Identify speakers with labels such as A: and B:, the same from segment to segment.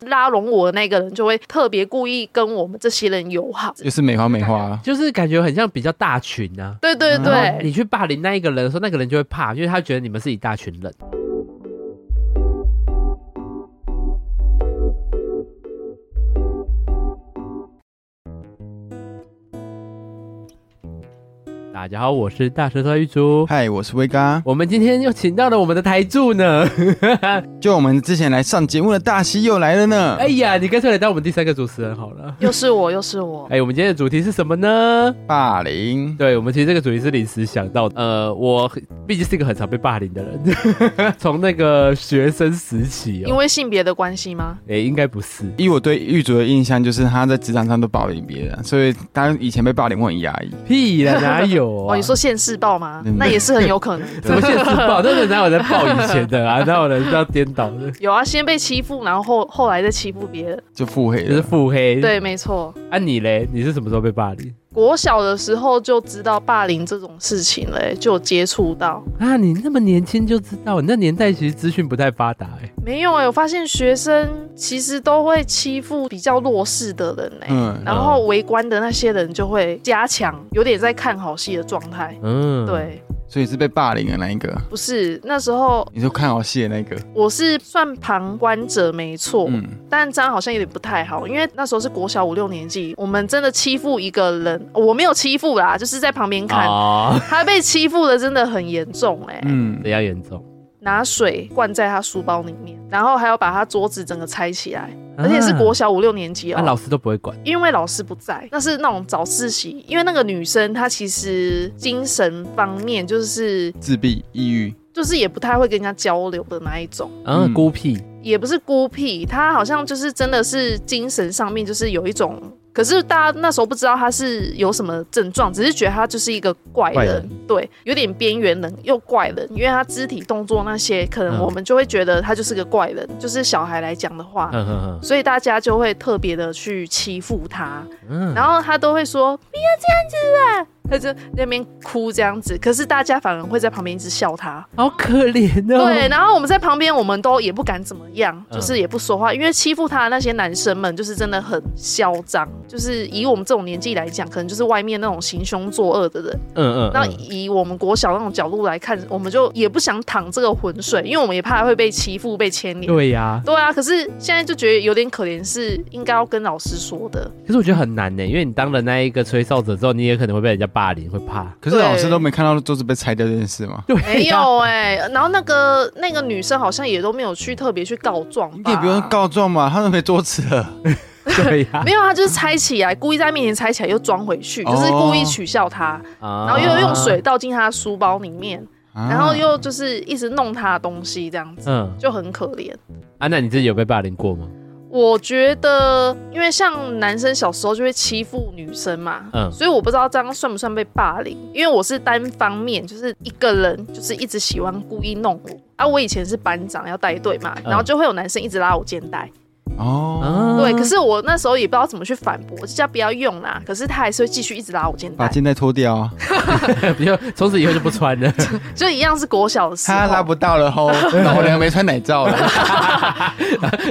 A: 拉拢我的那个人就会特别故意跟我们这些人友好。
B: 又是美化美化啊。
C: 就是感觉很像比较大群啊。
A: 对对
C: 然后
A: 对，
C: 你去霸凌那一个人的时候，那个人就会怕，因为他觉得你们是一大群人。大家好，我是大舌头玉珠。
B: 嗨，我是威哥。
C: 我们今天又请到了我们的台柱呢。
B: 就我们之前来上节目的大西又来了呢。
C: 哎呀，你干脆来当我们第三个主持人好了。
A: 又是我，又是我。
C: 哎，我们今天的主题是什么呢？
B: 霸凌，
C: 对，我们其实这个主题是临时想到的。呃，我毕竟是一个很常被霸凌的人， 从那个学生时期
A: 因
C: 哦，
A: 为性别的关系吗？
C: 诶，应该不是。
B: 以我对狱卒的印象，就是他在职场上都霸凌别人，所以他以前被霸凌，我很压抑。
C: 屁啦，哪有、啊？
A: 哦，你 说现世报吗
B: 嗯？
A: 那也是很有可能。
C: 什么现实报？那个哪有人报以前 的啊？哪有人要颠倒的？
A: 有啊，先被欺负，然后后后来再欺负别人。
B: 就腹黑
C: 就是
B: 了。
C: 腹黑。，
A: 对，没错。
C: 啊你嘞？你是什么时候被霸凌？
A: 国小的时候就知道霸凌这种事情了、就有接触到。
C: 啊，你那么年轻就知道，你那年代其实资讯不太发达、欸。
A: 没有哎、我发现学生其实都会欺负比较弱势的人哎、
B: 嗯
A: 然后围观的那些人就会加强，有点在看好戏的状态。
C: 嗯，。
A: 对，
B: 所以是被霸凌的那一个。
A: 不是那时候
B: 你就看好戏的那个，
A: 我是算旁观者没错，
B: 嗯，
A: 但这样好像有点不太好，因为那时候是国小五六年级，我们真的欺负一个人，我没有欺负啦，就是在旁边看、
C: 啊，
A: 他被欺负的真的很严重哎、
B: 嗯
C: 怎，样严重？
A: 拿水灌在他书包里面，然后还要把他桌子整个拆起来，而且是国小五六年级哦、
C: 啊啊，老师都不会管。
A: 因为老师不在，那是那种早自习。因为那个女生她其实精神方面就是
B: 自闭、抑郁，
A: 就是也不太会跟人家交流的那一种，
C: 嗯，
B: 嗯
C: 孤僻。
A: 也不是孤僻，她好像就是真的是精神上面就是有一种，可是大家那时候不知道她是有什么症状，只是觉得她就是一个怪人，
C: 怪人
A: 对，有点边缘人又怪人，因为她肢体动作那些，可能
C: 嗯
A: 我们就会觉得她就是个怪人，就是小孩来讲的话。
C: 嗯嗯
A: 所以大家就会特别的去欺负她。
C: 嗯。
A: 然后他都会说不要这样子啊，他就在那边哭这样子，可是大家反而会在旁边一直笑他。
C: 好可怜哦。
A: 对，，然后我们在旁边，我们都也不敢怎么样，
C: 嗯
A: 就是也不说话，因为欺负他的那些男生们就是真的很嚣张，就是以我们这种年纪来讲，可能就是外面那种行凶作恶的人。
C: 嗯嗯，
A: 那
C: 嗯
A: 以我们国小那种角度来看，我们就也不想淌这个浑水，因为我们也怕会被欺负、被牵连。
C: 对呀，
A: 对啊，可是现在就觉得有点可怜，是应该要跟老师说 的。
C: 可是我觉得很难呢，因为你当了那一个吹哨者之后，你也可能会被人家霸凌，会怕。
B: 可是老师都没看到桌子被拆掉这件事吗？
C: 对呀
A: 没，有哎、然后那个那个女生好像也都没有去特别去告状吧，
B: 你也不用，告状嘛，他都没桌子了。
C: 对呀
A: 没，有，她就是拆起来，故意在她面前拆起来又装回去，
C: 哦
A: 就是故意取笑她，
C: 然
A: 然后又用水，倒进她的书包里面，
B: 啊
A: 然后又就是一直弄她的东西这样子，
C: 嗯，
A: 就很可怜。
C: 啊，那你自己有被霸凌过吗？
A: 我觉得，因为像男生小时候就会欺负女生嘛，
C: 嗯
A: 所以我不知道这样算不算被霸凌，因为我是单方面，就是一个人就是一直喜欢故意弄我啊。我以前是班长要带队嘛，
C: 嗯
A: 然后就会有男生一直拉我肩带，
B: 哦，
A: 对，
C: 啊
A: 可是我那时候也不知道怎么去反驳，就叫不要用啦，可是他还是会继续一直拉我肩
B: 把
A: 带，
B: 肩带脱掉啊，
C: 比较从此以后就不穿 了。
A: 就一样是国小的时
B: 他
A: 候，
B: 拉不到了 吼，我俩没穿奶罩了。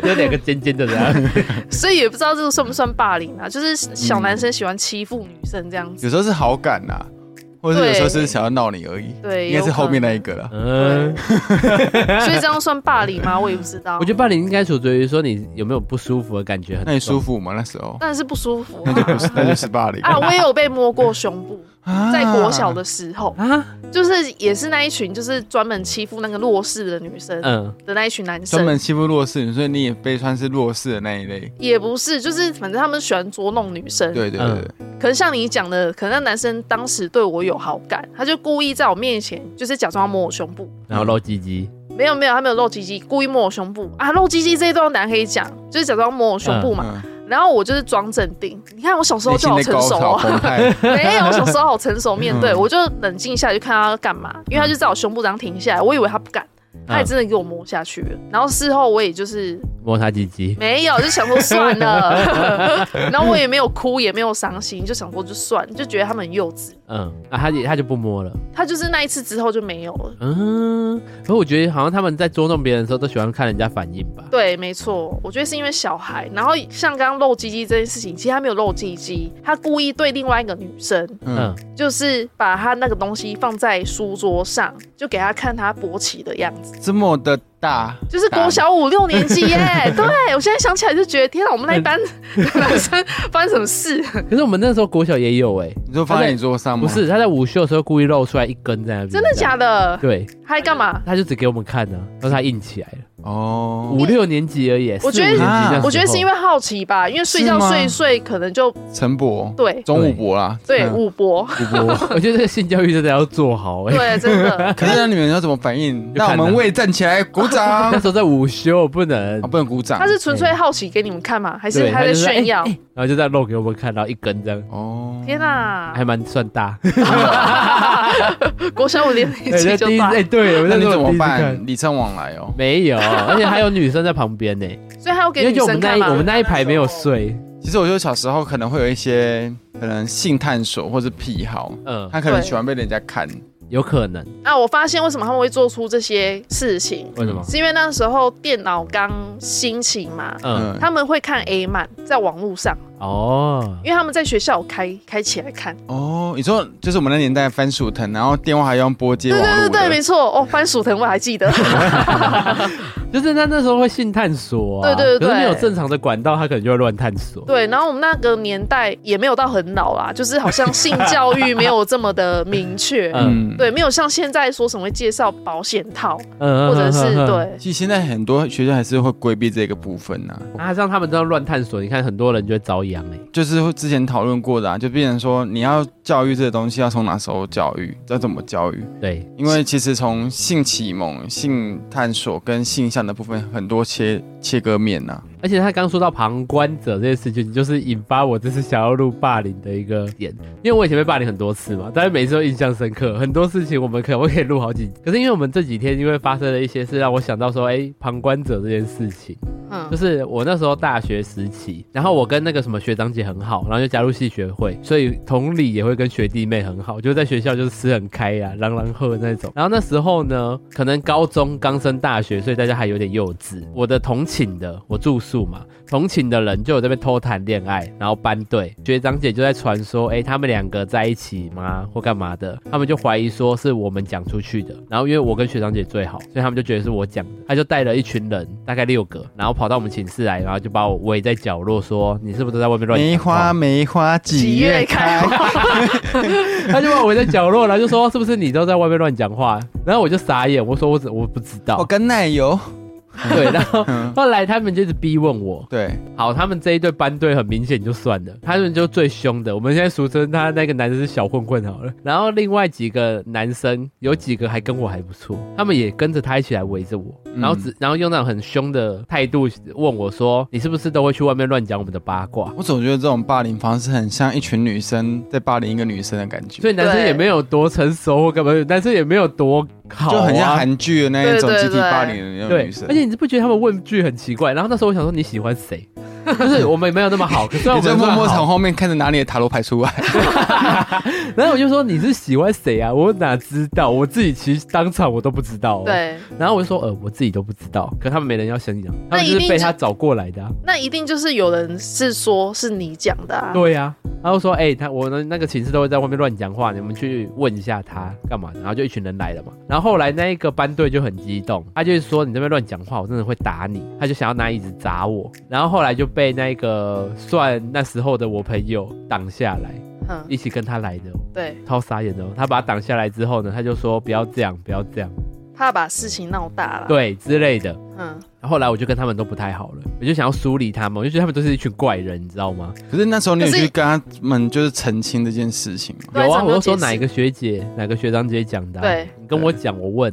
C: 有两个尖尖的人，
A: 所以也不知道这个算不算霸凌啊，就是小
B: 嗯
A: 男生喜欢欺负女生这样子，
B: 有时候是好感呐，或者是有时候是想要闹你而已。
A: 对
B: 应该是后面
A: 有可能
B: 那一个了。
C: 嗯，
A: 所以这样算霸凌吗？我也不 知道
C: 我觉，得霸凌应该取决于说你有没有不舒服的感觉，
B: 那你舒
C: 服。
B: 服吗？那时 候，
A: 但是不舒服、啊
B: 那就不是，那就是霸凌
A: 啊，我也有被摸过胸部，
B: 啊
A: 在国小的时候，
C: 啊，
A: 就是也是那一群就是专门欺负那个弱势的女生
C: 嗯，
A: 的那一群男
B: 专
A: 生，
B: 门欺负弱势，所以你也被算是弱势的那一类。
A: 也不是，就是反正他们喜欢捉弄女生。
B: 对对对，
A: 可能像你讲的，可能那男生当时对我有好感，他就故意在我面前就是假装要摸我胸部。
C: 然后露鸡鸡，
A: 没有没有，他没有露鸡鸡，故意摸我胸部啊！露鸡鸡这一段等下可以讲，就是假装摸我胸部嘛。
B: 嗯，
A: 然后我就是装镇定，你看我小时候
B: 内
A: 就
B: 心
A: 好
B: 的
A: 成
B: 高
A: 熟
B: 潮
A: 哦，
B: 澎湃。
A: 没有，我小时候好成熟面对，
B: 嗯
A: 我就冷静下来，就看他要干嘛，因为他就在我胸部上停下来，我以为他不敢，
B: 嗯
A: 他也真的给我摸下去了。然后事后我也就是
C: 嗯摸他鸡鸡，
A: 没有，就想说算了， 然后我也没有哭，也没有伤心，就想说就算，就觉得他们很幼稚。
C: 嗯，啊，他也他就不摸了，
A: 他就是那一次之后就没有了。
C: 嗯，可我觉得好像他们在捉弄别人的时候都喜欢看人家反应吧，
A: 对，没错，我觉得是因为小孩。然后像刚刚露鸡鸡这件事情，其实他没有露鸡鸡，他故意对另外一个女生，
B: 嗯
C: 嗯，
A: 就是把他那个东西放在书桌上，就给他看他勃起的样子，
B: 这么的大，
A: 就是国小五六年级耶、 对我现在想起来就觉得，天哪，我们那一班男生发生什么事？
C: 嗯可是我们那时候国小也有哎、
B: 你就放在你桌上吗？
C: 不，是他在午休的时候故意露出来一根在那边，
A: 真的假
C: 的？
A: 的？
C: 对，
A: 还干嘛？
C: 他就只给我们看呢、啊，但是他硬起来了，
B: 哦，
C: 五六年级而已，
A: 嗯我觉得
C: 四五年级那时候
A: 我觉得是因为好奇吧，因为睡觉
B: 是吗
A: 睡一睡可能就
B: 陈博，
A: 对
B: 中午博啦，
A: 对
B: 嗯
A: 五博，
C: 主播， 我觉得这个性教育真的要做好哎、
A: 对，啊真的。
B: 可是那你们要怎么反应？
C: 就
B: 让
C: 看啊
B: 我们为站起来鼓 掌
C: 那。时候在午休不能
B: 啊，，不能鼓掌。
A: 他是纯粹好奇给你们看吗？还是
C: 对，
A: 他在
C: 就说
A: 炫耀？
C: 哎哎然后就在露给我们看，然后一根这样，
B: 哦，
A: 天哪、
C: 哎还蛮算大。
A: 国小五年级
C: 对，
A: 就
C: 第一
A: 大，
C: 哎，对，我
B: 那
C: 那
B: 你
C: 时候
B: 怎
C: 第一
B: 么
C: 次看
B: 办？礼尚往来哦。
C: 没有，而且还有女生在旁边呢，
A: 所以他要给
C: 因为
A: 女
C: 就我
A: 生
C: 们那
A: 看
C: 一
A: 吗？
C: 我们那一排没有睡，
B: 其实我觉得小时候可能会有一些可能性探索或者癖好，
C: 嗯，
B: 他可能
A: 对
B: 喜欢被人家看。
C: 有可能，
A: 啊，我发现为什么他们会做出这些事情，
C: 为什么？
A: 是因为那时候电脑刚兴起嘛，
C: 嗯，
B: 嗯，
A: 他们会看 A 漫在网络上，
C: 哦，
A: 因为他们在学校有开开起来看。
B: 哦，你说就是我们那年代的番薯藤，然后电话还要用拨接
A: 对
B: 网
A: 对
B: 络
A: 对对，没
B: 的，
A: 错。哦，番薯藤我还记 得，
C: 就是他那时候会性探索啊，
A: 对对对
C: 可是没有正常的管道，他可能就会乱探索。
A: 对。然后我们那个年代也没有到很老啦，就是好像性教育没有这么的明确。
C: 嗯
B: 嗯，。
A: 对，没有像现在说什么会介绍保险套，
C: 嗯
A: 或者是，
C: 嗯嗯
A: 对，
B: 其实现在很多学校还是会规避这个部分呐、啊，
C: 嗯啊，让他们这样乱探索，你看很多人就会遭殃哎。
B: 就是会之前讨论过的、啊，就变成说你要教育这个东西要从哪时候教育，要怎么教育，
C: 对，
B: 因为其实从性启蒙、性探索跟性向的部分很多切切割面啊呐、
C: 而且他刚说到旁观者这件事情，就是引发我这次想要录霸凌的一个点，因为我以前被霸凌很多次嘛，但是每次都印象深刻。很多事情我们可能会可以录好几，可是因为我们这几天因为发生了一些事，让我想到说，哎、旁观者这件事情，
A: 嗯
C: 就，是我那时候大学时期，然后我跟那个什么学长姐很好，然后就加入系学会，所以同理也会跟学弟妹很好，就在学校就是吃很开呀、朗朗喝那种。然后那时候呢，可能高中刚升大学，所以大家还有点幼稚。我的同寝的，我住宿嘛，同寝的人就有这边偷谈恋爱，然后班队学长姐就在传说，哎、他们两个在一起吗？或干嘛的？他们就怀疑说是我们讲出去的。然后因为我跟学长姐最好，所以他们就觉得是我讲的。他就带了一群人，大概六个，然后跑到我们寝室来，然后就把我围在角落说：“你是不是都在外面乱
B: 梅
C: 讲话
B: 花梅花几月开？
A: 几月
C: 他就把我围在角落，然后就说：“是不是你都在外面乱讲话？”然后我就傻眼，我说：“我只我不知
B: 我
C: 道。
B: 哦跟奶油。”
C: 对，然后
B: 嗯，
C: 后来他们就一直逼问我，
B: 对，
C: 好，他们这一对班队很明显就算了，他们就最凶的。我们现在俗称他那个男生是小混混好了。然后另外几个男生有几个还跟我还不错，他们也跟着他一起来围着我，然后只嗯然后用那种很凶的态度问我说：“你是不是都会去外面乱讲我们的八卦
B: 我总觉得这种霸凌方式很像一群女生在霸凌一个女生的感？”觉，
C: 所以男生也没有多成熟或干嘛，男生也没有多好、啊，
B: 就很像韩剧的那一种
A: 对对
B: 集体
A: 对
B: 霸凌的那种
C: 对
B: 女，生。
C: 而且你不觉得他们问句很 奇怪？然后那时候我想说你喜欢谁？就是我们也没有那么好，可是我
B: 你
C: 们
B: 在默默
C: 算好
B: 从后面看着拿你的塔罗牌出 来，
C: 然后我就说你是喜欢谁啊？我哪知道？我自己其实当场我都不知道、哦。。
A: 对，
C: 然后我就说呃，我自己都不知道。可他们没人要相信啊，他
A: 那
C: 们
A: 一
C: 就
A: 定
C: 是被他
A: 就
C: 找过来的、啊。
A: 那一定就是有人是说是你讲的啊。
C: 对呀、啊，然后说哎、他我的那个寝室都会在外面乱讲话，你们去问一下他干嘛的？然后就一群人来了嘛。然后后来那一个班队就很激动，他就是说你这边乱讲话，我真的会打你。他就想要拿椅子砸我。然后后来就被那个算那时候的我朋友挡下来，
A: 嗯，
C: 一起跟他来的哦、
A: 对，
C: 超傻眼的哦、他把他挡下来之后呢，他就说不要这样，不要这样，
A: 怕把事情闹大了。，
C: 对之类的。
A: 嗯，
C: 然后后来我就跟他们都不太好了，我就想要梳理他们，我就觉得他们都是一群怪人，你知道吗？
B: 可是那时候你有
A: 可是
B: 去跟他们就是澄清这件事情吗？
A: 对
C: 有啊，
A: 怎么
C: 我就说
A: 解释
C: 哪一个学姐、哪个学长姐讲的啊、
A: 对
C: 你跟我讲，我问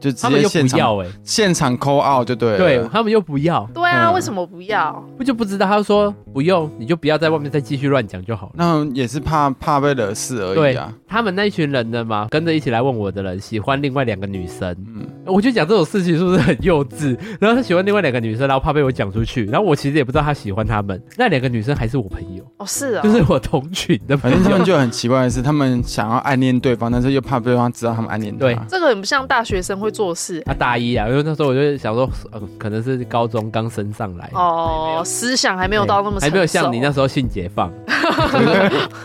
B: 就直
C: 他们
B: 接
C: 又
B: 现
C: 不
B: 场
C: 要哎、
B: 现场 call out 就对了。
C: 对他们又不要，
A: 对啊，
B: 嗯
A: 为什么不要？
C: 我就不知道，他就说不用，你就不要在外面再继续乱讲就好了。
B: 那他们也是怕怕被惹事而已
C: 对
B: 啊。
C: 他们那一群人的嘛，跟着一起来问我的人喜欢另外两个女生，
B: 嗯，
C: 我就讲这种事情是不是很幼稚？ 然后他喜欢另外两个女生，然后怕被我讲出去，然后我其实也不知道他喜欢他们，那两个女生还是我朋友，
A: 哦，是啊、
C: 就是我同群的 朋
B: 反正他
C: 友
B: 们。就很奇怪的是，他们想要暗恋对方，但是又怕对方知道他们暗恋他。
C: 对
A: 这个很不像大学生会做事、
C: 啊，大一啊，因为那时候我就想说，呃，可能是高中刚升上来，
A: 哦，思想还没
C: 没
A: 有到那么成熟，
C: 还没有像你那时候性解放。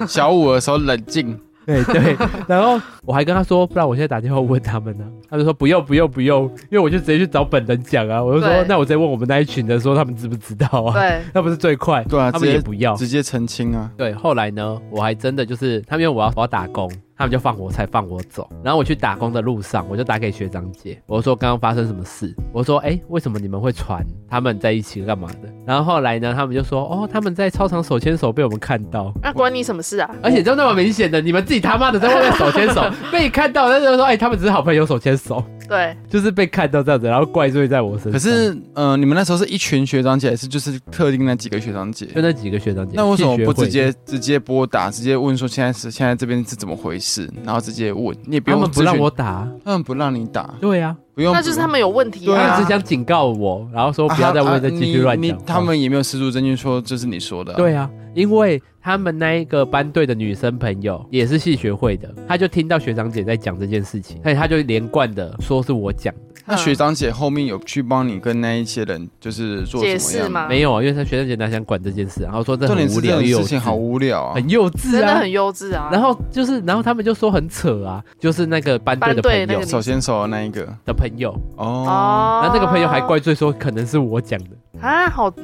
B: 小五的时候冷静，
C: 对对，然后我还跟他说，不然我现在打电话问他们呢、他就说不用不用不用，因为我就直接去找本人讲啊。我就说
A: 对
C: 那我直接问我们那一群的，说他们知不知道啊？
A: 对，
C: 那不是最快？
B: 对啊，
C: 他
B: 直
C: 们也
B: 接
C: 不要。
B: 直接澄清啊。
C: 对，后来呢，我还真的就是他们因为我要我要打工，他们就放我才放我走。然后我去打工的路上，我就打给学长姐，我说刚刚发生什么事？我说哎，诶为什么你们会传他们在一起干嘛的？然后后来呢，他们就说哦，他们在操场手牵手被我们看到。
A: 那关你什么事啊？
C: 而且就那么明显的，你们自己他妈的在外面手牵手， 被看到，那就说，哎、他们只是好朋友手牵手，
A: 对，
C: 就是被看到这样子，然后怪罪在我身上。
B: 可是，呃，你们那时候是一群学长姐，还是就是特定那几个学长姐？
C: 就那几个学长姐，
B: 那为什么
C: 系学
B: 不
C: 会
B: 直？接直接拨打，直接问说现在是现在这边是怎么回事，然后直接问，你也不
C: 他
B: 用
C: 们不
B: 咨询
C: 让我，打，
B: 他们不让你打，
C: 对啊呀、
B: 不用，
A: 那就是他们有问题
B: 对
C: 他
B: 啊
C: 们只想警告我，然后说
B: 啊
C: 不要再
B: 啊
C: 问，再继续乱
B: 你
C: 讲
B: 你
C: 话。
B: 他们也没有十足证据说这是你说的、，
C: 对啊，因为他们那一个班队的女生朋友也是系学会的，她就听到学长姐在讲这件事情，所以她就连贯的说是我讲，
B: 那学长姐后面有去帮你跟那一些人就是做
A: 解
B: 什么
A: 释
B: 样吗？
A: 嘛，
C: 没有啊，因为她学长姐哪想管这件事，然后说这
B: 重
C: 很
B: 点
C: 无
B: 是这
C: 聊，
B: 种
C: 又
B: 事情好无聊啊，
C: 很幼稚
A: 真的
C: 啊，
A: 很幼稚啊。
C: 然后就是，然后他们就说很扯啊，就是那个班队的
A: 班队
C: 朋友
A: 那个
B: 手牵手的哦那一个
C: 的朋友，
B: 哦，
A: 哦
C: 然后那个朋友还怪罪说可能是我讲的，
A: 啊，好，嗯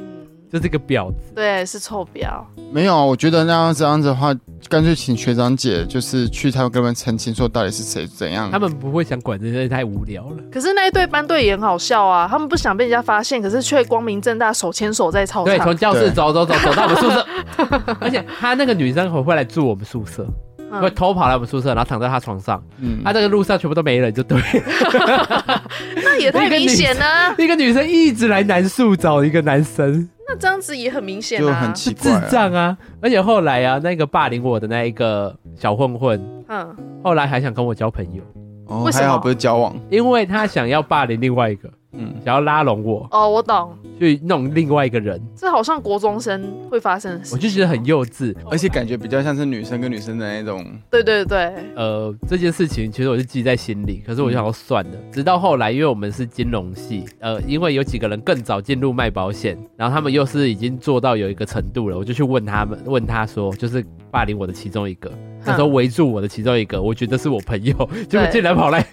C: 就是个婊子。
A: 对，是臭婊，
B: 没有啊，我觉得那样这样子的话，干脆请学长姐就是去他们跟他们澄清说到底是谁怎样，
C: 他们不会想管这些，太无聊了。
A: 可是那一对班队也很好笑啊，他们不想被人家发现，可是却光明正大手牵手在操
C: 对，
A: 场
C: 从。教室
B: 对
C: 走走走走到我们宿舍， 而且她那个女生很会来住我们宿舍，
A: 嗯
C: 会偷跑来我们宿舍，然后躺在她床上，啊
B: 嗯
C: 她、这个路上全部都没人，就对了。
A: 那也太明显了啊，
C: 一个女生一直来南宿找一个男生，
A: 那这样子也很明显
B: 就
A: 啊
B: 很。奇
C: 是
B: 怪、
C: 智
B: 啊，
C: 障啊！ 而且后来啊，那个霸凌我的那一个小混混，
A: 嗯，
C: 后来还想跟我交朋友。
B: 哦
A: 为什么
B: 还好不是交往，
C: 因为他想要霸凌另外一个，
B: 嗯，
C: 想要拉拢我
A: 哦，我懂，
C: 去弄另外一个人，
A: 这好像国中生会发生的事
C: 我。就觉得很幼稚。
B: 而且感觉比较像是女生跟女生的那种，
A: 对对对，
C: 呃，这件事情其实我是记在心里，可是我就想要算了。直到后来，因为我们是金融系，呃，因为有几个人更早进入卖保险，然后他们又是已经做到有一个程度了，我就去问他们，问他说，就是霸凌我的其中一个，那时候围住我的其中一个，我觉得是我朋友，结果竟然跑来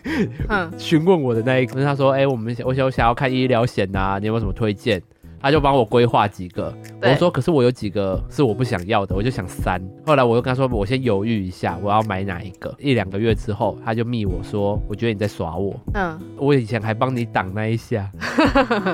A: 嗯，
C: 询问我的那一个，他说：“哎、我们想我想我想要看医疗险啊呐，你有没有什么推荐？”他就帮我规划几个，
A: 对
C: 我说：“可是我有几个是我不想要的，我就想删。”后来我又跟他说：“我先犹豫一下，我要买哪一个？”一两个月之后，他就密我说：“我觉得你在耍我，
A: 嗯，
C: 我以前还帮你挡那一下，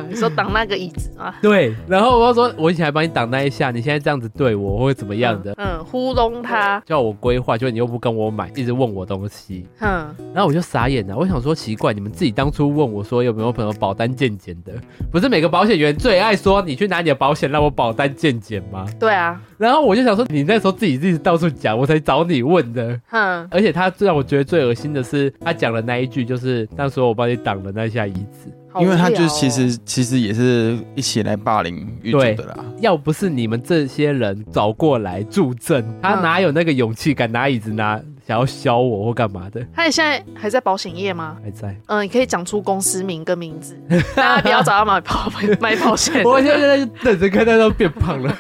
A: 你说挡那个椅子啊，
C: 对。” 然后我就说：“我以前还帮你挡那一下，你现在这样子对我，我会怎么样的？”
A: 嗯，嗯糊弄他，
C: 叫我规划，就你又不跟我买，一直问我东西，
A: 嗯，
C: 然后我就傻眼了，我想说奇怪，你们自己当初问我说有没有朋友保单健检的，不是每个保险员最爱说你去拿你的保险让我保单健检吗？
A: 对啊，
C: 然后我就想说你那时候自己自己到处讲，我才找你问的。
A: 哼，
C: 而且他最让我觉得最恶心的是，他讲的那一句就是那时候我帮你挡了那下椅子，
A: 好
B: 因为他
A: 无聊
B: 就是
A: 哦
B: 其实其实也是一起来霸凌狱主
C: 对
B: 的啦，
C: 要不是你们这些人找过来助阵，他哪有那个勇气敢拿椅子拿想要削我或干嘛的？
A: 他也现在还在保险业吗？
C: 还在。
A: 嗯，你可以讲出公司名跟名字，大家不要找他买保 买保险。
C: 我现在就等着看他都变胖 了，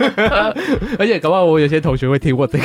C: 而且搞不好我有些同学会听我这个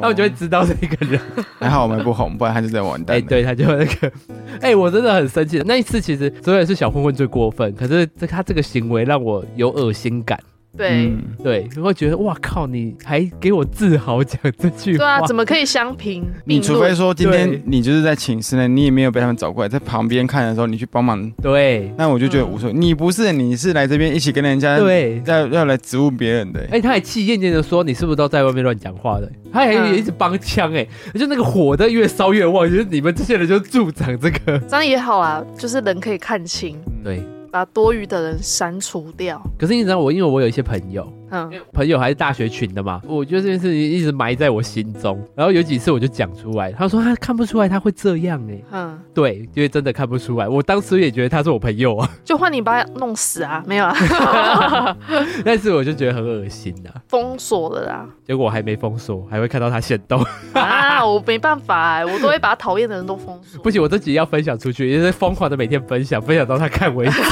C: 他们就会知道这个人。
B: 哦
A: 哦
B: 还好我们不红，不然他就在完
C: 哎、
B: 蛋了。
C: 对，他就那个，哎、我真的很生气。那一次其实虽然是小混混最过分，可是这他这个行为让我有恶心感。
A: 对、
B: 嗯
C: 对，我会觉得哇靠，你还给我自豪讲这句
A: 对
C: 话，
A: 啊，怎么可以相平
B: 你
A: 并
B: 除
A: 论
B: 非说今
C: 对
B: 天你就是在寝室内，你也没有被他们找过来，在旁边看的时候你去帮忙，
C: 对
B: 那我就觉得无所谓。你不是，你是来这边一起跟人
A: 嗯
B: 家
C: 对。
B: 要要来植物别人的、欸
C: 哎、他还气焰焰的说：“你是不是都在外面乱讲话的？”他还
A: 嗯
C: 一直帮腔哎，就那个火的越烧越旺，就是你们这些人就助长这个。
A: 这样也好啊，就是人可以看清，
C: 对，
A: 把多余的人删除掉。
C: 可是你知道我，因为我有一些朋友，
A: 嗯，
C: 朋友还是大学群的嘛，我觉得这件事情一直埋在我心中。然后有几次我就讲出来，他说他啊看不出来他会这样哎、
A: 嗯，
C: 对，因为真的看不出来。我当时也觉得他是我朋友啊，
A: 就换你把他弄死啊，没有啦，
C: 但是我就觉得很恶心呐、啊。
A: 封锁了啦。
C: 结果我还没封锁，还会看到他现动。
A: 啊，我没办法、哎，我都会把讨厌的人都封锁。
C: 不行，我自己要分享出去，也是疯狂的每天分享，分享到他看为止。
A: 啊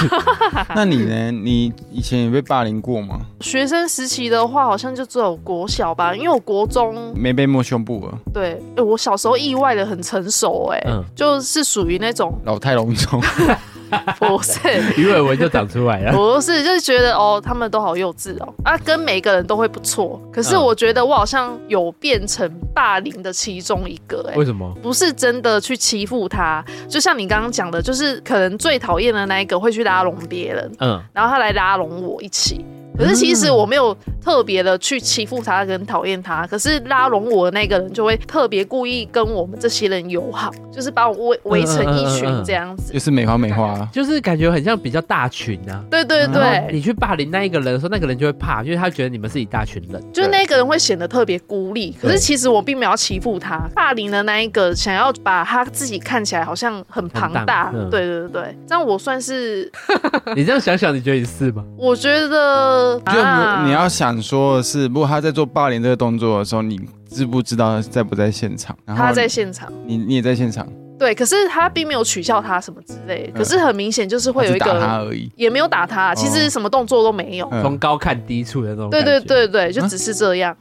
B: 那你呢？你以前也被霸凌过吗？
A: 学生时期的话，好像就只有国小吧，因为我国中
B: 没被摸胸部啊了，
A: 对、哎我小时候意外的很成熟、哎、
C: 嗯
A: 就是属于那种
B: 老态龙钟。
A: 不是。
C: 鱼尾纹就长出来了。
A: 不是，就是觉得哦，他们都好幼稚哦，啊，跟每个人都会不错。可是
C: 嗯
A: 我觉得我好像有变成霸凌的其中一个、哎
C: 为，什么？
A: 不是真的去欺负他，就像你刚刚讲的，就是可能最讨厌的那一个会去拉拢别人，
C: 嗯，
A: 然后他来拉拢我一起。可是其实我没有特别的去欺负他跟讨厌他，可是拉拢我的那个人就会特别故意跟我们这些人友好，就是把我围
C: 嗯
A: 围成一群这样子
B: 就。是美化美化啊。
C: 就是感觉很像比较大群啊。
A: 对对
C: 然后
A: 对，
C: 你去霸凌那一个人的时候，那个人就会怕，因为他觉得你们是一大群人。
A: 就是那个人会显得特别孤立。可
C: 对
A: 是其实我并没有要欺负他，霸凌的那一个想要把他自己看起来好像很庞
C: 很
A: 大
C: 大。嗯
A: 对对对对，这样我算是
C: 你这样想想，你觉得你是吗？
A: 我觉得啊
B: 就如你要想说的是，如果他在做霸凌这个动作的时候，你知不知道在不在现场？然后
A: 他在现场，
B: 你你也在现场，
A: 对，可是他并没有取笑他什么之类的，可是很明显就是会有一
B: 他只打他
A: 个
B: 而已。
A: 也没有打他，其实什么动作都没有。
B: 嗯
C: 从高看低处的那种。
A: 对对，对对，就只是这样。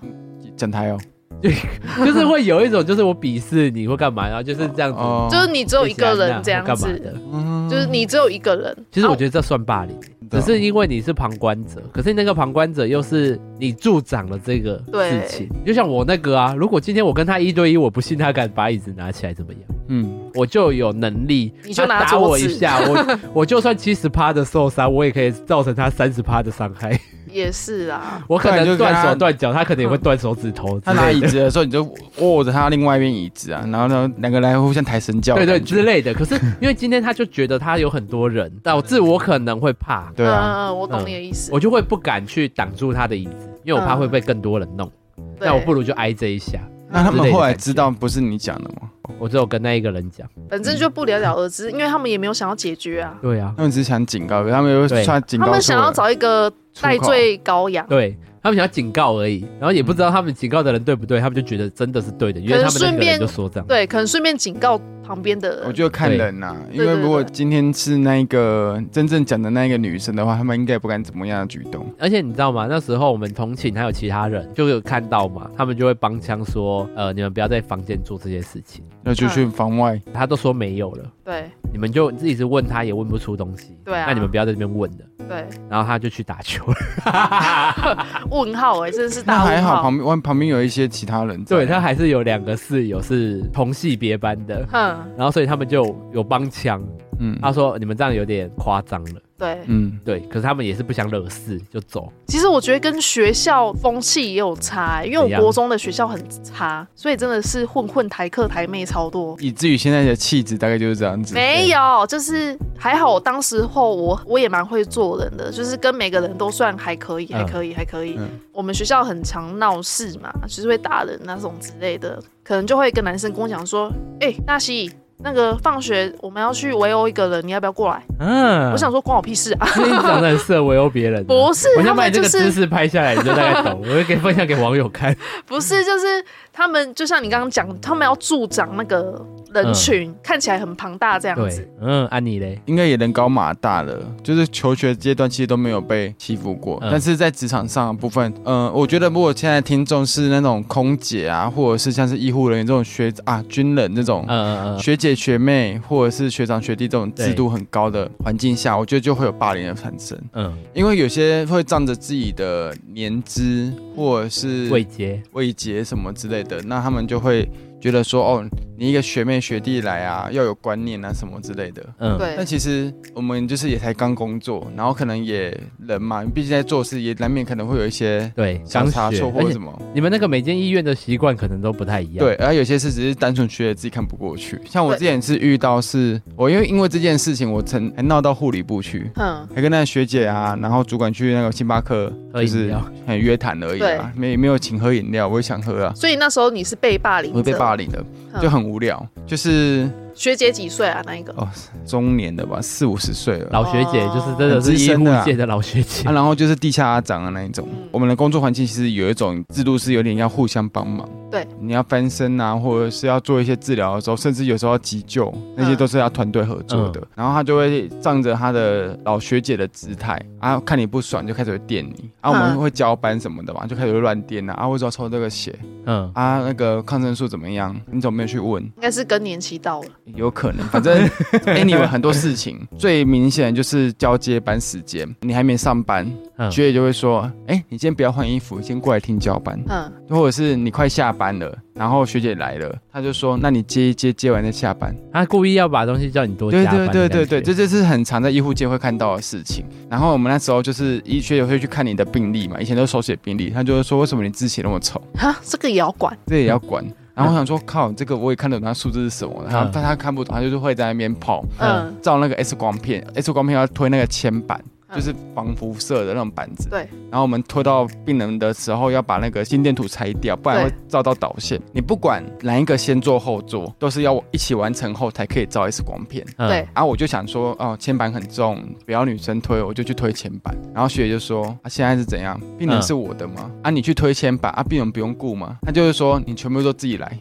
B: 讲台哦，
C: 就是会有一种，就是我鄙视你或干嘛，然后就是这样子。
B: 哦，
A: 就是你只有一个人这样
C: 啊干嘛
A: 子，
C: 的？
B: 嗯
A: 就是你只有一个人。
C: 其实我
A: 得
C: 觉得这算霸凌，
B: 对
C: 只
B: 啊
C: 是因为你是旁观者，可是那个旁观者又是你助长了这个
A: 对
C: 事情。就像我那个啊，如果今天我跟他一对一，我不信他敢把椅子拿起来怎么样，
B: 嗯，
C: 我就有能力，
A: 你就拿
C: 他打我
A: 桌
C: 一
A: 子
C: 下， 我我就算七十趴的受伤，我也可以造成他三十趴的伤害。
A: 哦也是啦，
C: 我可
B: 不然就
C: 能
B: 跟他
C: 断手断脚，他可能也会断手指头之
B: 他拿
C: 类
B: 椅
C: 的。
B: 子的时候，你就握着他另外一边椅子啊，然后呢，两个来互相抬神教的
C: 对
B: 感
C: 对
B: 觉，
A: 啊
C: 之类的，可是因为今天他就觉得他有很多人，导致我可能会怕，
B: 对啊，
A: 嗯，嗯我懂你的意思。
C: 我就会不敢去挡住他的椅子，因为我怕
A: 嗯
C: 会被更多人弄。
A: 对
C: 那我不如就挨这一下。
B: 那他们后来知道不是你讲的吗？
C: 我只有跟那一个人讲。
A: 反正就不了了之，因为他们也没有想要解决啊，
C: 对啊，
B: 他们只是想警告，可他们又
C: 对
B: 穿警告
A: 他
B: 出来
A: 们想要找一个戴罪羔羊，
C: 对他们想要警告而已，然后也不知道他们警告的人对不对，他们就觉得真的是对的，因为他们那个人就说这样。
A: 对，可能顺便警告旁边的
B: 我
A: 人。嗯
B: 觉得看人呐、啊因
A: 对
B: 为
A: 对
B: 如果
A: 对
B: 今天是那一个真正讲的那一个女生的话，他们应该也不敢怎么样的举动。
C: 而且你知道吗？那时候我们同寝还有其他人，就有看到嘛，他们就会帮腔说，呃，你们不要在房间做这些事情。
B: 那就去房外，
C: 他都说没有了，
A: 对
C: 你们就一直问他也问不出东西。
A: 对啊
C: 那你们不要在这边问了。
A: 对，
C: 然后他就去打球。
A: 问号哎，真的是
B: 那
A: 大
B: 还
A: 问
B: 好
A: 号。
B: 旁边外旁边有一些其他人在，啊
C: 对他还是有两个室友是同系别班的，
A: 哼，
C: 然后所以他们就有帮腔。
B: 嗯
C: 他说你们这样有点夸张了。
A: 对，
B: 嗯，
C: 对，可是他们也是不想惹事就走。
A: 其实我觉得跟学校风气也有差、欸因为
C: 怎
A: 我
C: 样
A: 国中的学校很差，所以真的是混混台客台妹超多。
B: 以至于现在的气质大概就是这样子。
A: 没有，就是还好，我当时候我我也蛮会做人的，就是跟每个人都算还可以，
C: 嗯
A: 还可以，还可以。
B: 嗯
A: 我们学校很常闹事嘛，就是会打人那种之类的，可能就会跟男生跟我讲说，哎、纳西。那个放学我们要去围殴一个人，你要不要过来？
C: 嗯
A: 我想说关我屁事啊！
C: 所以你长得很适合围殴别人、啊
A: 不是，
C: 我
A: 他
C: 先把
A: 们
C: 你这
A: 就
C: 个姿
A: 是
C: 势拍下来，你就大概 懂。我会给分享给网友看。
A: 不是，就是他们就像你刚刚讲，他们要助长那个人群，
B: 嗯
A: 看起来很庞大这样子。
C: 对，嗯，安妮嘞，
B: 应该也人高马大了，就是求学阶段其实都没有被欺负过，
C: 嗯
B: 但是在职场上的部分，嗯、我觉得如果现在听众是那种空姐啊，或者是像是医护人员这种学啊军人这种
C: 嗯，嗯嗯，
B: 学姐学妹或者是学长学弟这种制度很高的环境下，我觉得就会有霸凌的产生，
C: 嗯，
B: 因为有些会仗着自己的年资或者是
C: 未接，
B: 位阶什么之类的，那他们就会觉得说，哦，你一个学妹学弟来啊，要有观念啊什么之类的。
C: 嗯，
B: 但
A: 对，
B: 其实我们就是也才刚工作，然后可能也人嘛，毕竟在做事也难免可能会有一些
C: 对，
B: 小
C: 刚
B: 差
C: 学
B: 错
C: 而
B: 或
C: 且
B: 什么。
C: 你们那个每间医院的习惯可能都不太一样。
B: 对，，而有些事只是单纯觉得自己看不过去。像我之前是遇到是，我因为因为这件事情，我曾还闹到护理部去，
A: 嗯，
B: 还跟那个学姐啊，然后主管去那个星巴克，
C: 喝
B: 就
C: 饮
B: 是
C: 料
B: 很约谈而已啊，没没有请喝饮料，我也想喝啊，
A: 所以那时候你是被霸凌
B: 我
A: 者，
B: 被霸凌了，
A: 嗯
B: 就很无聊，就是
A: 学姐几岁啊？那一个
B: 哦中年的吧，四五十岁了。
C: 老学
A: 哦
C: 姐就是真的
B: 很资
C: 是医
B: 深
C: 护
B: 的啊
C: 界的老学姐
B: 啊，。然后就是地下阿长的啊那一种
A: 嗯。
B: 我们的工作环境其实有一种制度是有点要互相帮忙。
A: 对，
B: 你要翻身啊，或者是要做一些治疗的时候，甚至有时候要急救，
A: 嗯
B: 那些都是要团队合作的。然后他就会仗着他的老学姐的姿态啊，看你不爽就开始会电你啊，我们
A: 嗯
B: 会交班什么的嘛，就开始会乱电啊，啊，为什么要抽这个血
C: 嗯，
B: 啊？那个抗生素怎么样？你怎么没有去问？
A: 应该是更年期到了，
B: 有可能，反 正 anyway 很多事情，最明显就是交接班时间，你还没上班，
C: 嗯
B: 学姐就会说：“哎、你今天不要换衣服，先过来听交班。
A: 嗯，”
B: 或者是你快下班了，然后学姐来了，她就说：“那你接一接，接完再下班。
C: 她故意要把东西叫你”多
B: 对
C: 加班
B: 对
C: 的感觉。
B: 对对对，这就是很常在医护界会看到的事情。然后我们那时候就是医学姐会去看你的病历嘛，以前都手写病历，她就会说：“为什么你字写那么丑？
A: 哈，这个也要管，
B: 这也要管？”然后我想说：“靠，这个我也看得懂，它数字是什么？”然后
C: 嗯
B: 但她看不懂，她就是会在那边跑。
A: 嗯，
B: 照那个 S 光片，S 光片要推那个铅板，
A: 嗯
B: 就是防辐射的那种板子。
A: 对。
B: 然后我们推到病人的时候，要把那个心电图拆掉，不然
A: 对
B: 会照到导线。你不管哪一个先做后做，都是要一起完成后才可以照 S 光片。
C: 嗯
A: 对，
B: 啊，我就想说，哦，铅板很重，不要女生推，我就去推铅板。然后学姐就说，啊，现在是怎样？病人
C: 嗯
B: 是我的吗？啊，你去推铅板，啊，病人不用顾吗？她就是说，你全部都自己 来。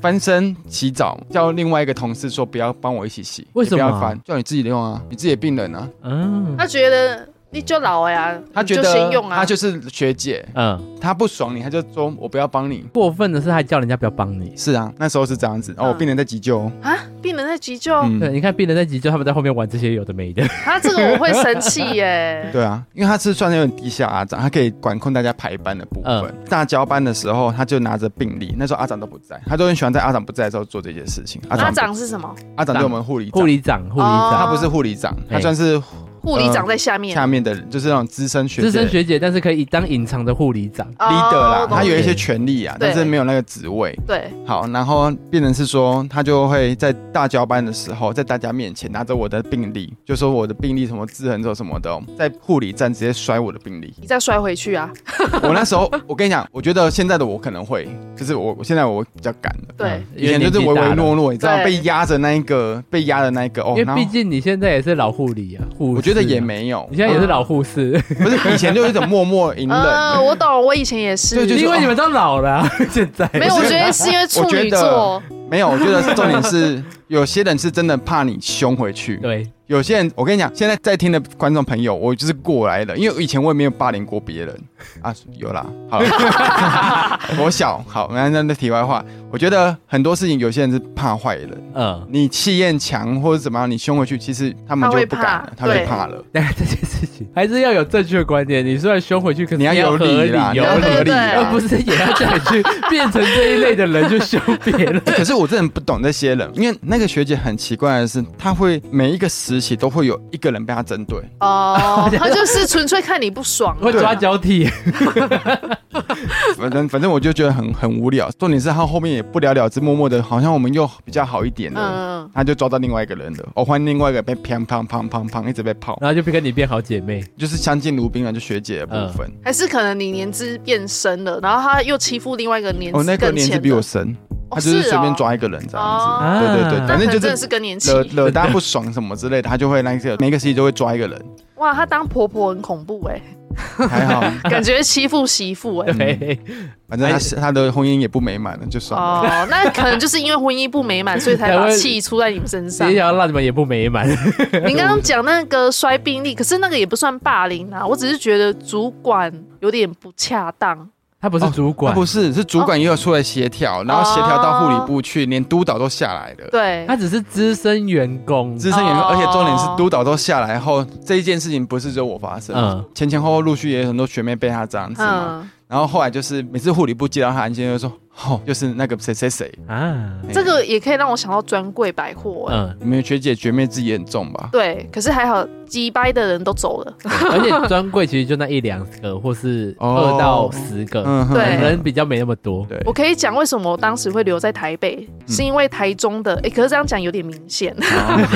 B: 翻身洗澡，叫另外一个同事说不要帮我一起洗，
C: 为什么
B: 你
C: 啊
B: 不要翻？叫你自己用啊，你自己的病人啊。
C: 嗯
A: 他觉得你就老了呀，
B: 他
A: 你
B: 觉
A: 就
B: 得
A: 先用啊，
B: 他就是学姐，
C: 嗯，
B: 他不爽你，他就说我不要帮你。
C: 过分的是还叫人家不要帮你。
B: 是啊，那时候是这样子。哦，
A: 嗯
B: 我病人在急救哦。
A: 啊，病人在急救，
B: 嗯，，
C: 对，你看病人在急救，他们在后面玩这些有的没的。
A: 他这个我会生气耶
B: 对啊，因为他是算是有点地下阿长，他可以管控大家排班的部分。
C: 嗯
B: 大交班的时候，他就拿着病历，那时候阿长都不在，他都很喜欢在阿长不在的时候做这件事情。阿
A: 阿
B: 长
A: 长是什么？
B: 阿长对我们护理长
C: 护，理长，护理
B: 他
A: 哦
C: 长，
B: 不是护理长，
C: 嘿
B: 他算是
A: 护理长在下面，
B: 下面的人，就是那种资深学
C: 资深
B: 姐。
C: 学姐，但是可以当隐藏的护理长。
A: 哦
B: 呃 leader 啦，
A: 懂
B: 他有一
C: 了
B: 些权利啊，
A: 对
B: 但是没有那个职位。
A: 对，
B: 好，然后变成是说，他就会在大交班的时候，在大家面前拿着我的病历，就说我的病历什么自痕什么什么的哦，在护理站直接摔我的病历。
A: 你再摔回去啊，
B: 我那时候，我跟你讲，我觉得现在的我可能会，就是我我现在我比较敢了。
A: 对
C: 嗯，
B: 以前就是唯唯诺诺，你知道
A: 对
B: 被压着那一个，被压的那一个哦。
C: 因为
B: 然
C: 毕
B: 后
C: 竟你现在也是老护理啊，护士啊
B: 我觉得也，没有哦
C: 你，现在也是老护士，
B: 不是以前就是一种默默嗯隐 忍。
A: 呃，我懂，我以前也是
B: 对，就是
C: 因为你们都老了 啊，现在
A: 没有，
B: 不
A: 我
B: 是
A: 觉得是因为处女座，
B: 没有，我觉得重点是有些人是真的怕你凶回去，
C: 对，
B: 有些人我跟你讲，现在在听的观众朋友，我就是过来了，因为以前我也没有霸凌过别人啊，有啦， 好，我小好，那那那题外话，我觉得很多事情有些人是怕坏人。
C: 嗯，
B: 你气焰强或者怎么样，你凶回去，其实他们
A: 嗯他会
B: 就不敢了，
A: 怕
B: 他会
A: 对
B: 怕了。
C: 但这件事情还是要有正确的观点。你虽然凶回去，可是
B: 你要有
C: 合
B: 理啦，你要
C: 有
A: 对
B: 合
A: 对
B: 理
A: 对
B: 啦
C: 而。不是也要叫你 去变成这一类的人去凶别人。
B: 欸可是我真的不懂这些人，因为那个学姐很奇怪的是，她会每一个时期都会有一个人被她 针 对，
A: 哦，他就是纯粹看你不爽啊，
C: 会抓交替，
B: 反正反正我就觉得很很无聊。重点是她后面也不了了之，默默的，好像我们又比较好一点
A: 嗯，
B: 了。
A: 嗯，
B: 他就抓到另外一个人了，我、换另外一个被砰砰砰砰砰一直被泡，
C: 然后就跟你变好姐妹。
B: 就是相敬如宾啊，就学姐的部分。
A: 还是可能你年资变深了，然后他又欺负另外一个年
B: 哦，那
A: 资
B: 个
A: 更浅
B: 年纪
A: 的，
B: 比我深，
A: 哦
B: 他就是随便，
A: 哦
B: 抓一个人这样
A: 哦
B: 子。对对对，
C: 啊
A: 那
B: 反
A: 可
B: 正
A: 能真
B: 就
A: 的
B: 是
A: 是更年期
B: 惹，惹大家不爽什么之类的，他就会那个每个时期都会抓一个 人，
A: 哇，他当婆婆很恐怖哎，
B: 还好，
A: 感觉欺负媳妇
B: 嗯
A: 哎。
C: 对，
B: 反正他他的婚姻也不美满了，就算 了。
A: 哦， 那可能就是因为婚姻不美满，所以才
C: 才
A: 把
C: 会
A: 气出在你们身上
C: 也。
B: 哎
C: 想要让你们也不美满。
B: 哦
A: 你刚刚讲那个摔病历，可是那个也不算霸凌啊，我只是觉得主管有点不恰当。
C: 他不是主
B: 啊
C: 管，
B: 不是，是主管也有出来协调，然后
A: 哦
B: 协调到护理部去，连督导都下来了。
A: 对，嗯
C: 他只是资深员工。
B: 资深员工，
A: 哦
B: 而且重点是督导都下来后，这一件事情不是只有我发生，
C: 嗯
B: 前前后后陆续也有很多学妹被他这样子嘛。
A: 嗯，
B: 然然后后来就是每次护理部接到他案件，就说哦，就是那个谁谁谁，
C: 啊，
B: 哎
A: 这个也可以让我想到专柜百货、哎
C: 嗯，
B: 你们学姐学妹自己也很重吧？
A: 对，可是还好，鸡掰的人都走了，
C: 而且专柜其实就那一两个，或是
B: 哦
C: 二到十个，
B: 嗯哼，
A: 对
C: 人比较没那么多。
B: 对
A: 我可以讲为什么我当时会留在台北，
B: 嗯
A: 是因为台中的，哎、可是这样讲有点明显，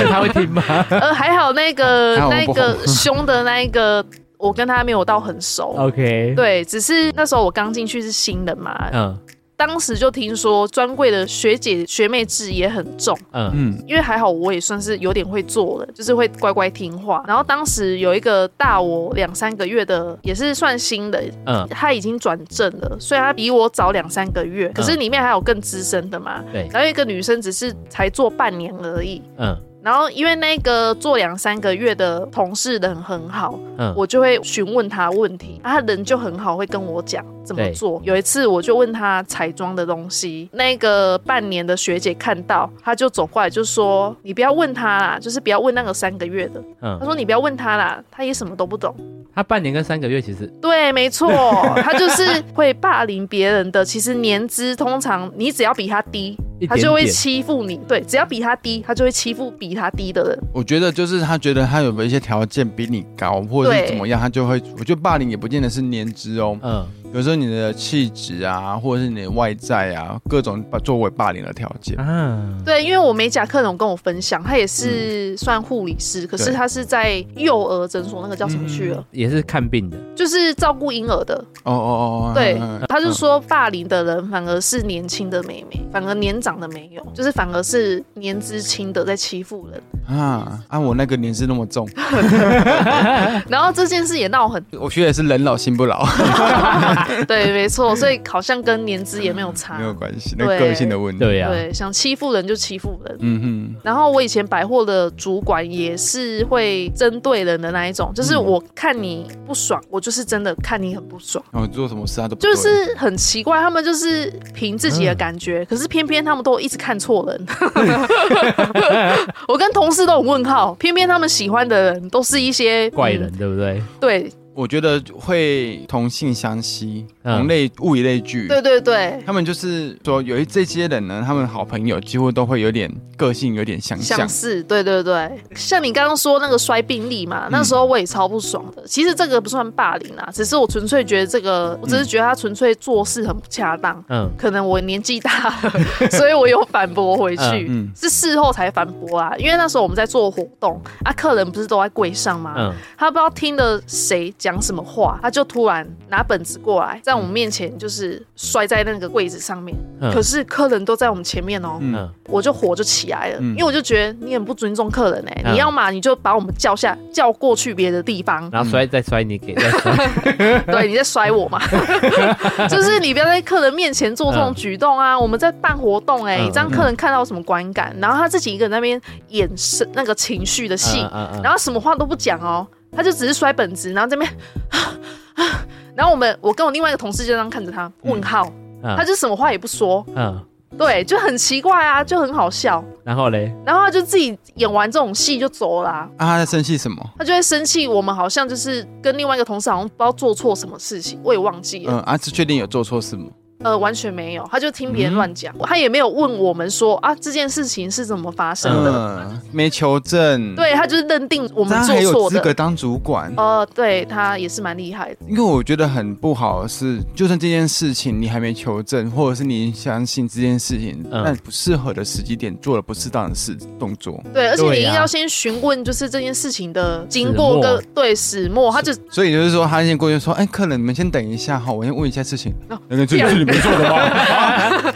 C: 他会听吗？
A: 呃，还好那个
B: 还好我
A: 那
B: 们不
A: 个凶的那一个，我跟他没有到很熟。
C: OK，，
A: 对，只是那时候我刚进去是新人嘛，
C: 嗯
A: 当时就听说专柜的学姐学妹制也很重，
C: 嗯
B: 嗯，
A: 因为还好我也算是有点会做了，就是会乖乖听话。然后当时有一个大我两三个月的，也是算新的，
C: 嗯，
A: 他已经转正了，虽然他比我早两三个月，可是
B: 嗯
A: 里面还有更资深的嘛。
C: 对，
A: 然后一个女生只是才做半年而已，
C: 嗯
A: 然后因为那个做两三个月的同事人很好，
C: 嗯，
A: 我就会询问他问题，啊、他人就很好，会跟我讲怎么
C: 对
A: 做。有一次我就问他彩妆的东西，那个半年的学姐看到，她就走过来就说：“你不要问他啦，就是不要问那个三个月的。”她
C: 嗯，
A: 说：“你不要问他啦，他也什么都不懂。”
C: 他半年跟三个月其实，
A: 对，没错，他就是会霸凌别人的。其实年资通常你只要比他低，
C: 一点
A: 他就会
C: 点
A: 欺负你。对，只要比他低，他就会欺负比他低的人。
B: 我觉得就是他觉得他有没有一些条件比你高，或者是
A: 对
B: 怎么样，他就会。我觉得霸凌也不见得是年资哦，
C: 嗯
B: 有时候你的气质啊，或者是你的外在啊，各种把作为霸凌的条
A: 嗯
B: 件。
C: 啊，
A: 对，因为我美甲客人有跟我分享，他也是算护理师，可是
B: 嗯对嗯
A: 他是在幼儿诊所，那个叫什么去了？
C: 也是看病的，
A: 就是照顾婴儿的。
B: 哦哦哦，
A: 对
B: 嗯，
A: 他就说霸凌的人反而是年轻的妹妹，反而年长的没有，就是反而是年资轻的在欺负 人。
B: 啊啊，我那个年资那么重，
A: 然后这件事也闹很
B: 我学也是人老心 不老，
A: 啊对，没错，所以好像跟年资也没有差。
B: 嗯没有啊关系，那
A: 对
B: 个性的问题。
C: 对啊呀，
A: 对，想欺负人就欺负人。
B: 嗯哼，
A: 然后我以前百货的主管也是会针对人的那一种，
B: 嗯
A: 就是我看你不爽，我就是真的看你很不爽，
B: 然后哦做什么事他都不对
A: 就是很奇怪，他们就是凭自己的感觉，可是偏偏他们都一直看错人。 我跟同事都有问号，偏偏他们喜欢的人都是一些
C: 怪人
A: 嗯
C: 对不对？
A: 对
B: 我觉得会同性相吸，
C: 嗯
B: 同类物以类聚。
A: 对对对，
B: 他们就是说，有一这些人呢，他们好朋友几乎都会有点个性，有点相像
A: 相。似，对对对，像你刚刚说那个摔病例嘛，那时候我也超不爽的。其实这个不算霸凌啦，只是我纯粹觉得这个，我只是觉得他纯粹做事很不恰当。
C: 嗯
A: 可能我年纪大了，所以我有反驳回去，
B: 嗯嗯
A: 是事后才反驳啊。因为那时候我们在做活动啊，客人不是都在柜上吗？
C: 嗯，
A: 他不知道听了谁讲什么话，他就突然拿本子过来，在我们面前就是摔在那个柜子上面。
C: 嗯
A: 可是客人都在我们前面哦、
B: 嗯
C: 嗯
A: 我就火就起来了，
B: 嗯
A: 因为我就觉得你很不尊重客人哎、
C: 嗯
A: 你要嘛你就把我们叫下，叫过去别的地方，
C: 然后摔再摔你给再 摔，
A: 对你在摔我 嘛，就是你不要在客人面前做这种举动啊，我们在办活动哎、
C: 嗯
A: 你这样客人看到有什么观感？然后他自己一个人在那边演示那个情绪的戏，
C: 嗯
A: 然后什么话都不讲哦，他就只是摔本子，然后这边。 然后我们，我跟我另外一个同事就这样看着他，问号，
C: 嗯
A: 他就什么话也不说，
C: 嗯，
A: 对，就很奇怪啊，就很好笑。
C: 然后嘞，
A: 然后他就自己演完这种戏就走啦、
B: 啊，他在生气什么？
A: 他就会生气。我们好像就是跟另外一个同事好像不知道做错什么事情，我也忘记
B: 嗯
A: 了，，
B: 啊，是确定有做错事吗？
A: 呃，完全没有，他就听别人乱讲，他也没有问我们说啊这件事情是怎么发生的，
B: 嗯，没求证。，
A: 对他就是认定我
B: 我
A: 们
B: 还
A: 做
B: 有
A: 错
B: 资格
A: 的。
B: 当主管，
A: 呃，对他也是蛮厉害的，
B: 因为我觉得很不好的是，就算这件事情你还没求证，或者是你相信这件事情，
C: 嗯
B: 但不适合的时机点做了不适当的事动作，
A: 对，而且你
C: 对啊
A: 要先询问就是这件事情的经
C: 始
A: 过
C: 末
A: 跟对始末，他就
B: 所以就是说，他先过去说，哎，客人你们先等一下哈，我先问一下事情。
A: 哦
B: 那个这个是你们 做的吗？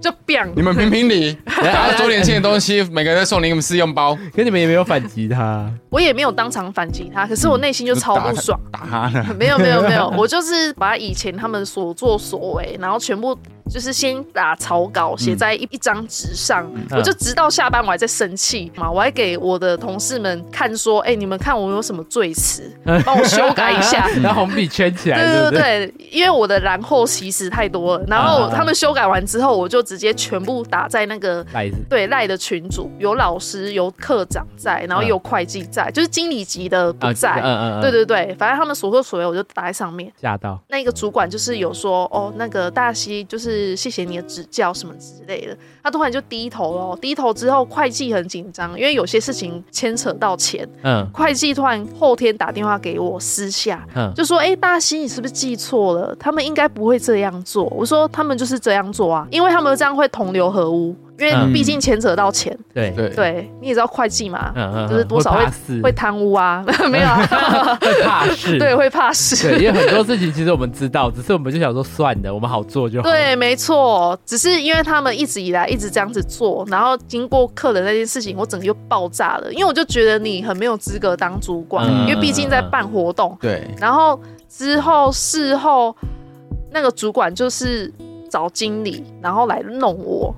A: 就 biang，
B: 你们评评理，啊拿着周年庆的东西，每个人都送你们试用包，
C: 可你们也没有反击他，
A: 我也没有当场反击他，可是我内心就超不爽。
B: 打他了。
A: 没有没有没有，我就是把以前他们所作所为，然后全部就是先打草稿写在一、一张纸上，
C: 嗯
A: 我就直到下班我还在生气嘛，我还给我的同事们看说，哎、你们看我有什么罪 词，帮我修改一下。
C: 然后红笔圈起来，
A: 对
C: 对不对？
A: 对对，因为我的然后其实太多了，然后
C: 啊
A: 他们修改完之后，我就直接全部打在那个
C: 赖子，
A: 对赖的群组，有老师，有科长在，然后
C: 嗯
A: 有会计在，就是经理级的不
C: 啊
A: 在。
C: 嗯
A: 对，对对，反正他们所作所为，我就打在上面。
C: 吓到，
A: 那个主管就是有说，哦，那个大西就是谢谢你的指教什么之类的。他突然就低头了哦，低头之后会计很紧张，因为有些事情牵扯到钱。
C: 嗯
A: 会计突然后天打电话给我私下，
C: 嗯，
A: 就说：“哎、大西，你是不是记错了？他们应该不会这样做。”我说：“他们就是这样做啊，因为他们这样会同流合污，因为
C: 嗯
A: 毕竟牵扯到钱。
C: 对，
B: 对，
A: 对，你也知道会计嘛，
C: 嗯嗯，
A: 就是多少会
C: 怕事，
A: 会贪污啊， 没有、 啊，
C: 会怕 事，
A: 对，会怕
C: 对，
A: 事。”
C: 因为很多事情其实我们知道，只是我们就想说算了，我们好做就好。
A: 对，没错，只是因为他们一直以来一直这样子做，然后经过客人那件事情，我整个就爆炸了，因为我就觉得你很没有资格当主管，
C: 嗯
A: 因为毕竟在办活动，
B: 对，
A: 然后之后事后，那个主管就是找经理，然后来弄我，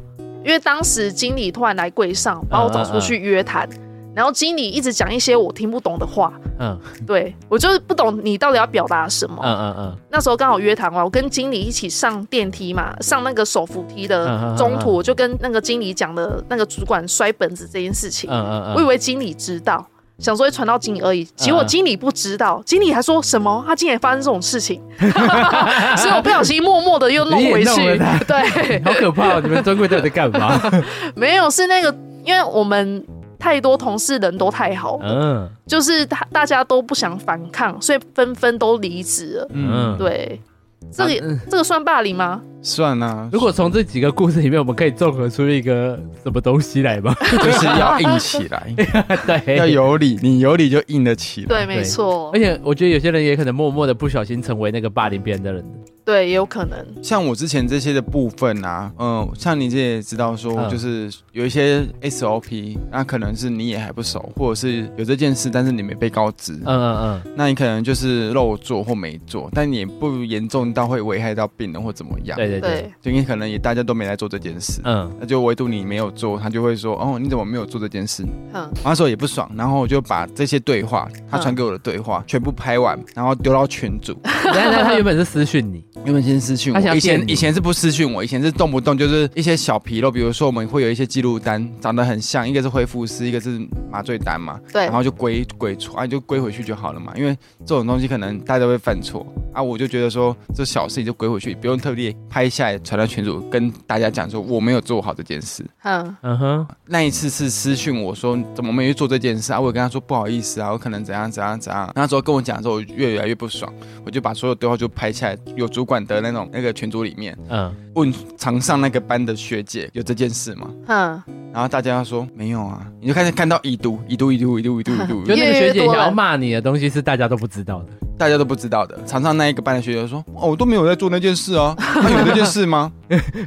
A: 因为当时经理突然来柜上把我找出去约谈，然后经理一直讲一些我听不懂的话，
C: 嗯
A: 对我就是不懂你到底要表达什么。
C: 嗯嗯嗯，
A: 那时候刚好约谈完，我跟经理一起上电梯嘛，上那个手扶梯
C: 嗯嗯
A: 的
C: 嗯
A: 中途，
C: 嗯
A: 我就跟那个经理讲的那个主管摔本子这件事情。
C: 嗯嗯嗯，
A: 我以为经理知道，想说会传到经理而已，结果经理不知
C: 嗯
A: 道，经理还说什么他竟然发生这种事 情，所以我不小心默默的又弄回
C: 你也弄了
A: 去
C: 他。
A: 对，
C: 好可怕、哦！ 你们专柜到底在干嘛？
A: 没有是那个，因为我们太多同事人都太好，
C: 嗯
A: 就是他大家都不想反抗，所以纷纷都离职了。
B: 嗯，
C: 嗯，
A: 对，这个、
C: 啊嗯
A: 这个算霸凌吗？
B: 算啊，
C: 如果从这几个故事里面，我们可以综合出一个什么东西来吗？
B: 就是要硬起来，
C: 对，
B: 要。有理，你有理就硬得起来。
A: 对，没错
C: 而，且我觉得有些人也可能默默的不小心成为那个霸凌别人的人。
A: 对，也有可能。
B: 像我之前这些的部分啊，嗯，像你这也知道说，
C: 嗯
B: 就是有一些 SOP，那可能是你也还不熟，或者是有这件事，但是你没被告知，
C: 嗯嗯嗯，
B: 那你可能就是漏做或没做，但你也不严重到会危害到病人或怎么样。
C: 对，对对，
A: 对，
B: 就你可能也大家都没来做这件事，
C: 嗯
B: 那就唯独你没有做，他就会说，哦，你怎么没有做这件事？
A: 嗯，
B: 那时候也不爽，然后我就把这些对话，他传给我的对话、全部拍完，然后丢到群组。
C: 但但他原本是私讯你，
B: 原本先私讯
C: 他
B: 我，
C: 想要
B: 以
C: 骗
B: 前
C: 你
B: 以前是不私讯我，以前是动不动就是一些小纰漏，比如说我们会有一些记录单长得很像，一个是恢复师，一个是麻醉单嘛，
A: 对
B: 然，后就归归出，啊你就归回去就好了嘛，因为这种东西可能大家都会犯错啊，我就觉得说这小事情就归回去，不用特地拍下来传到群组跟大家讲说我没有做好这件事。
A: 嗯，
C: 嗯哼，
B: 那一次是私讯我说怎么没去做这件事啊？我也跟他说不好意思啊，我可能怎样怎样怎样。那时候跟我讲的时候，我越来越不爽，我就把所有对话就拍下来，有主管的那种那个群组里面
C: 嗯，
B: 问常上那个班的学姐有这件事吗？
A: 嗯，
B: 然后大家说没有啊，你就开始看到已读已读已读已读已读已读，
C: 就
B: 就
C: 那个
A: 越
C: 学姐
A: 来越多
C: 想
A: 了
C: 要骂你的东西是大家都不知道的。
B: 大家都不知道的。常上那一个班的学姐就说哦，我都没有在做那件事哦，他有这件事吗？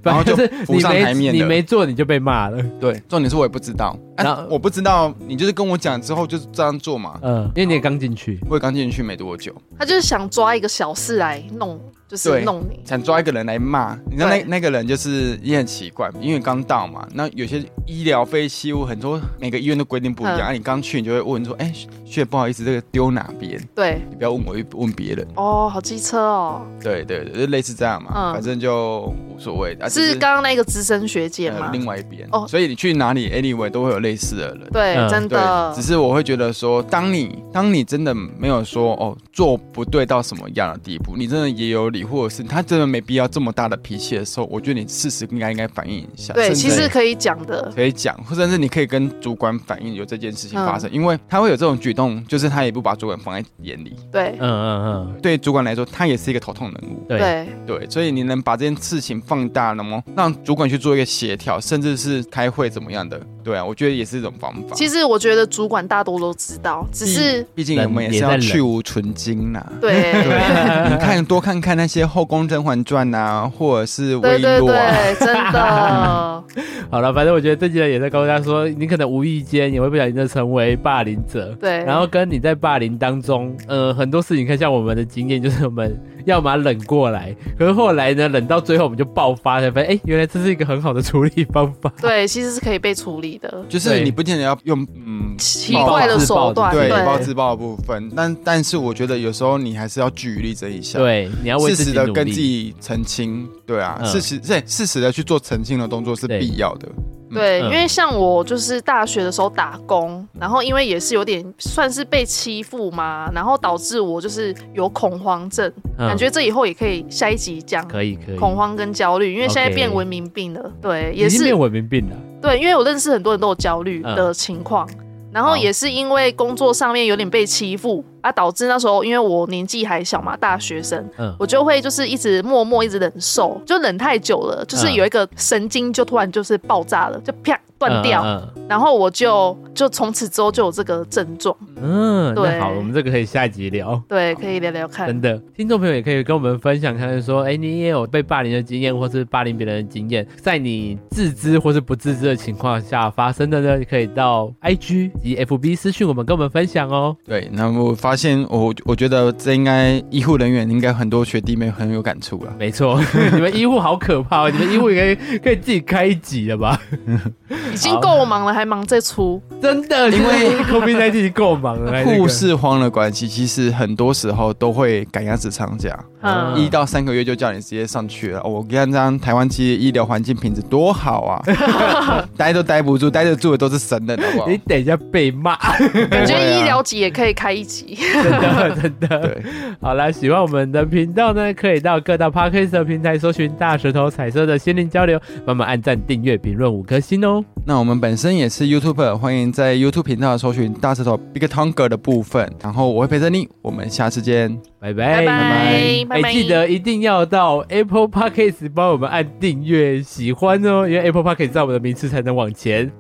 B: 然后就
C: 反正是
B: 浮上台面
C: 你
B: 了
C: 没你没做你就被骂了。
B: 对，重点是我也不知道，
C: 然
B: 啊
C: 后，
B: 我不知道，你就是跟我讲之后就是这样做嘛。
C: 嗯，因为你也刚进去。
B: 我也刚进去没多久。
A: 他就是想抓一个小事来弄，就是
B: 对
A: 弄你。
B: 想抓一个人来骂，你知道那
A: 对
B: 那个人就是也很奇怪，因为刚到嘛，那有些医疗废弃物很多，每个医院都规定不一样。
A: 嗯
B: 啊，你刚去你就会问说，哎、学学不好意思，这个丢哪边？
A: 对，
B: 你不要问我，问别人。
A: 哦，好机车哦，
B: 对对对，就类似这样嘛，
A: 嗯
B: 反正就无所谓。啊、只
A: 是刚刚那个资深学姐
B: 呃
A: 吗？
B: 另外一边，
A: 哦
B: 所以你去哪里，anyway 都会有类似的人。
A: 对，
C: 嗯
A: 真的
B: 对，只，是我会觉得说，当你当你真的没有说哦做不对到什么样的地步，你真的也有理，或者是他真的没必要这么大的脾气的时候，我觉得你事实应该应该反映一下。
A: 对，
B: 啊甚至
A: 其实可以讲的，
B: 可以讲，或甚至你可以跟主管反映有这件事情发生，
A: 嗯
B: 因为他会有这种举动，就是他也不把主管放在眼里。
A: 对
C: 嗯嗯嗯，
B: 对主管来说，他也是一个头痛人物。
C: 对。
A: 对
B: 对，所以你能把这件事情放大，那么让主管去做一个协调，甚至是开会怎么样的，对啊，我觉得也是一种方法。
A: 其实我觉得主管大多都知道，只是
B: 毕竟我们也是要去无存菁呐、
A: 嗯对
B: 对，你看多看看那些《后宫甄嬛传》啊，或者是《
A: 对
B: 微
A: 对
B: 洛》啊，
A: 对，真的。
C: 好了，反正我觉得这集人也在告诉大家说，你可能无意间也会不小心的成为霸凌者。
A: 对
C: 然后跟你在霸凌当中，呃，很多事情，看像我们的经验，就是我们要么冷过来，可是后来呢，冷到最后我们就爆发，才发现，哎、原来这是一个很好的处理方法。
A: 对，其实是可以被处理的，
B: 就是你不见得要用嗯
A: 奇怪的手段，
B: 对
A: 对
B: 以暴自暴的部分，但但是我觉得有时候你还是要据理力这一下，，
C: 对，你要为
B: 适
C: 自
B: 时
C: 己
B: 的
C: 努
B: 跟自
C: 力。
B: 己澄清，对啊，
C: 嗯
B: 适时对适时的去做澄清的动作是
C: 对
B: 必要的，
A: 对，
C: 嗯
A: 因为像我就是大学的时候打工，然后因为也是有点算是被欺负嘛，然后导致我就是有恐慌症，
C: 嗯
A: 感觉这以后也可以下一集讲
C: 可以可以，
A: 恐慌跟焦虑，因为现在
C: OK
A: 变文明病了，对，
C: 已
A: 也
C: 经
A: 是
C: 变文明病了。
A: 对，因为我认识很多人都有焦虑
C: 嗯
A: 的情况，然后
C: 好
A: 也是因为工作上面有点被欺负啊，导致那时候因为我年纪还小嘛，大学生，
C: 嗯，
A: 我就会就是一直默默一直忍受，就忍太久了，就是
C: 嗯
A: 有一个神经就突然就是爆炸了，就啪断掉，
C: 嗯嗯
A: 然后我就就从此之后就有这个症状。
C: 嗯，那
A: 对
C: 好，我们这个可以下一集聊。
A: 对，可以聊聊看
C: 真。的，听众朋友也可以跟我们分享，看说，哎、你也有被霸凌的经验，或是霸凌别人的经验，在你自知或是不自知的情况下发生的呢，你可以到 IG 及 FB 私讯我们，跟我们分享哦。
B: 对，那我发现我我觉得这应该医护人员应该很多学弟妹很有感触了。
C: 没错， 你们医护好可怕、哦，你们医护应该可以自己开一集了 吧？
A: 已经够忙了，还忙这出。
C: 真的，因为 COVID 1 9已经够忙了，哎还那个
B: 护士荒的关系，其实很多时候都会赶鸭子上架，
C: 嗯
B: 一到三个月就叫你直接上去了。哦我跟你讲，台湾其实医疗环境品质多好 啊，待都待不住，待得住的都是神人，好不好
C: 你？等一下被骂，
A: 感觉
B: 对啊
A: 医疗集也可以开一集。
C: 真 的真的。
B: 对，
C: 好啦，喜欢我们的频道呢，可以到各大 podcast 的平台搜寻“大石头彩色的心灵交流”，帮忙按赞、订阅、评论五颗星哦。
B: 那我们本身也是 YouTube，欢迎在 YouTube 频道搜寻大石头 Big Tongue 的部分，然后我会陪着你，我们下次见。
C: 拜
A: 拜
C: 拜
A: 拜拜
C: 哎、
A: 拜，
C: 记得一定要到 Apple Podcast 帮我们按订阅、喜欢哦，因为 Apple Podcast 在我们的名次才能往前。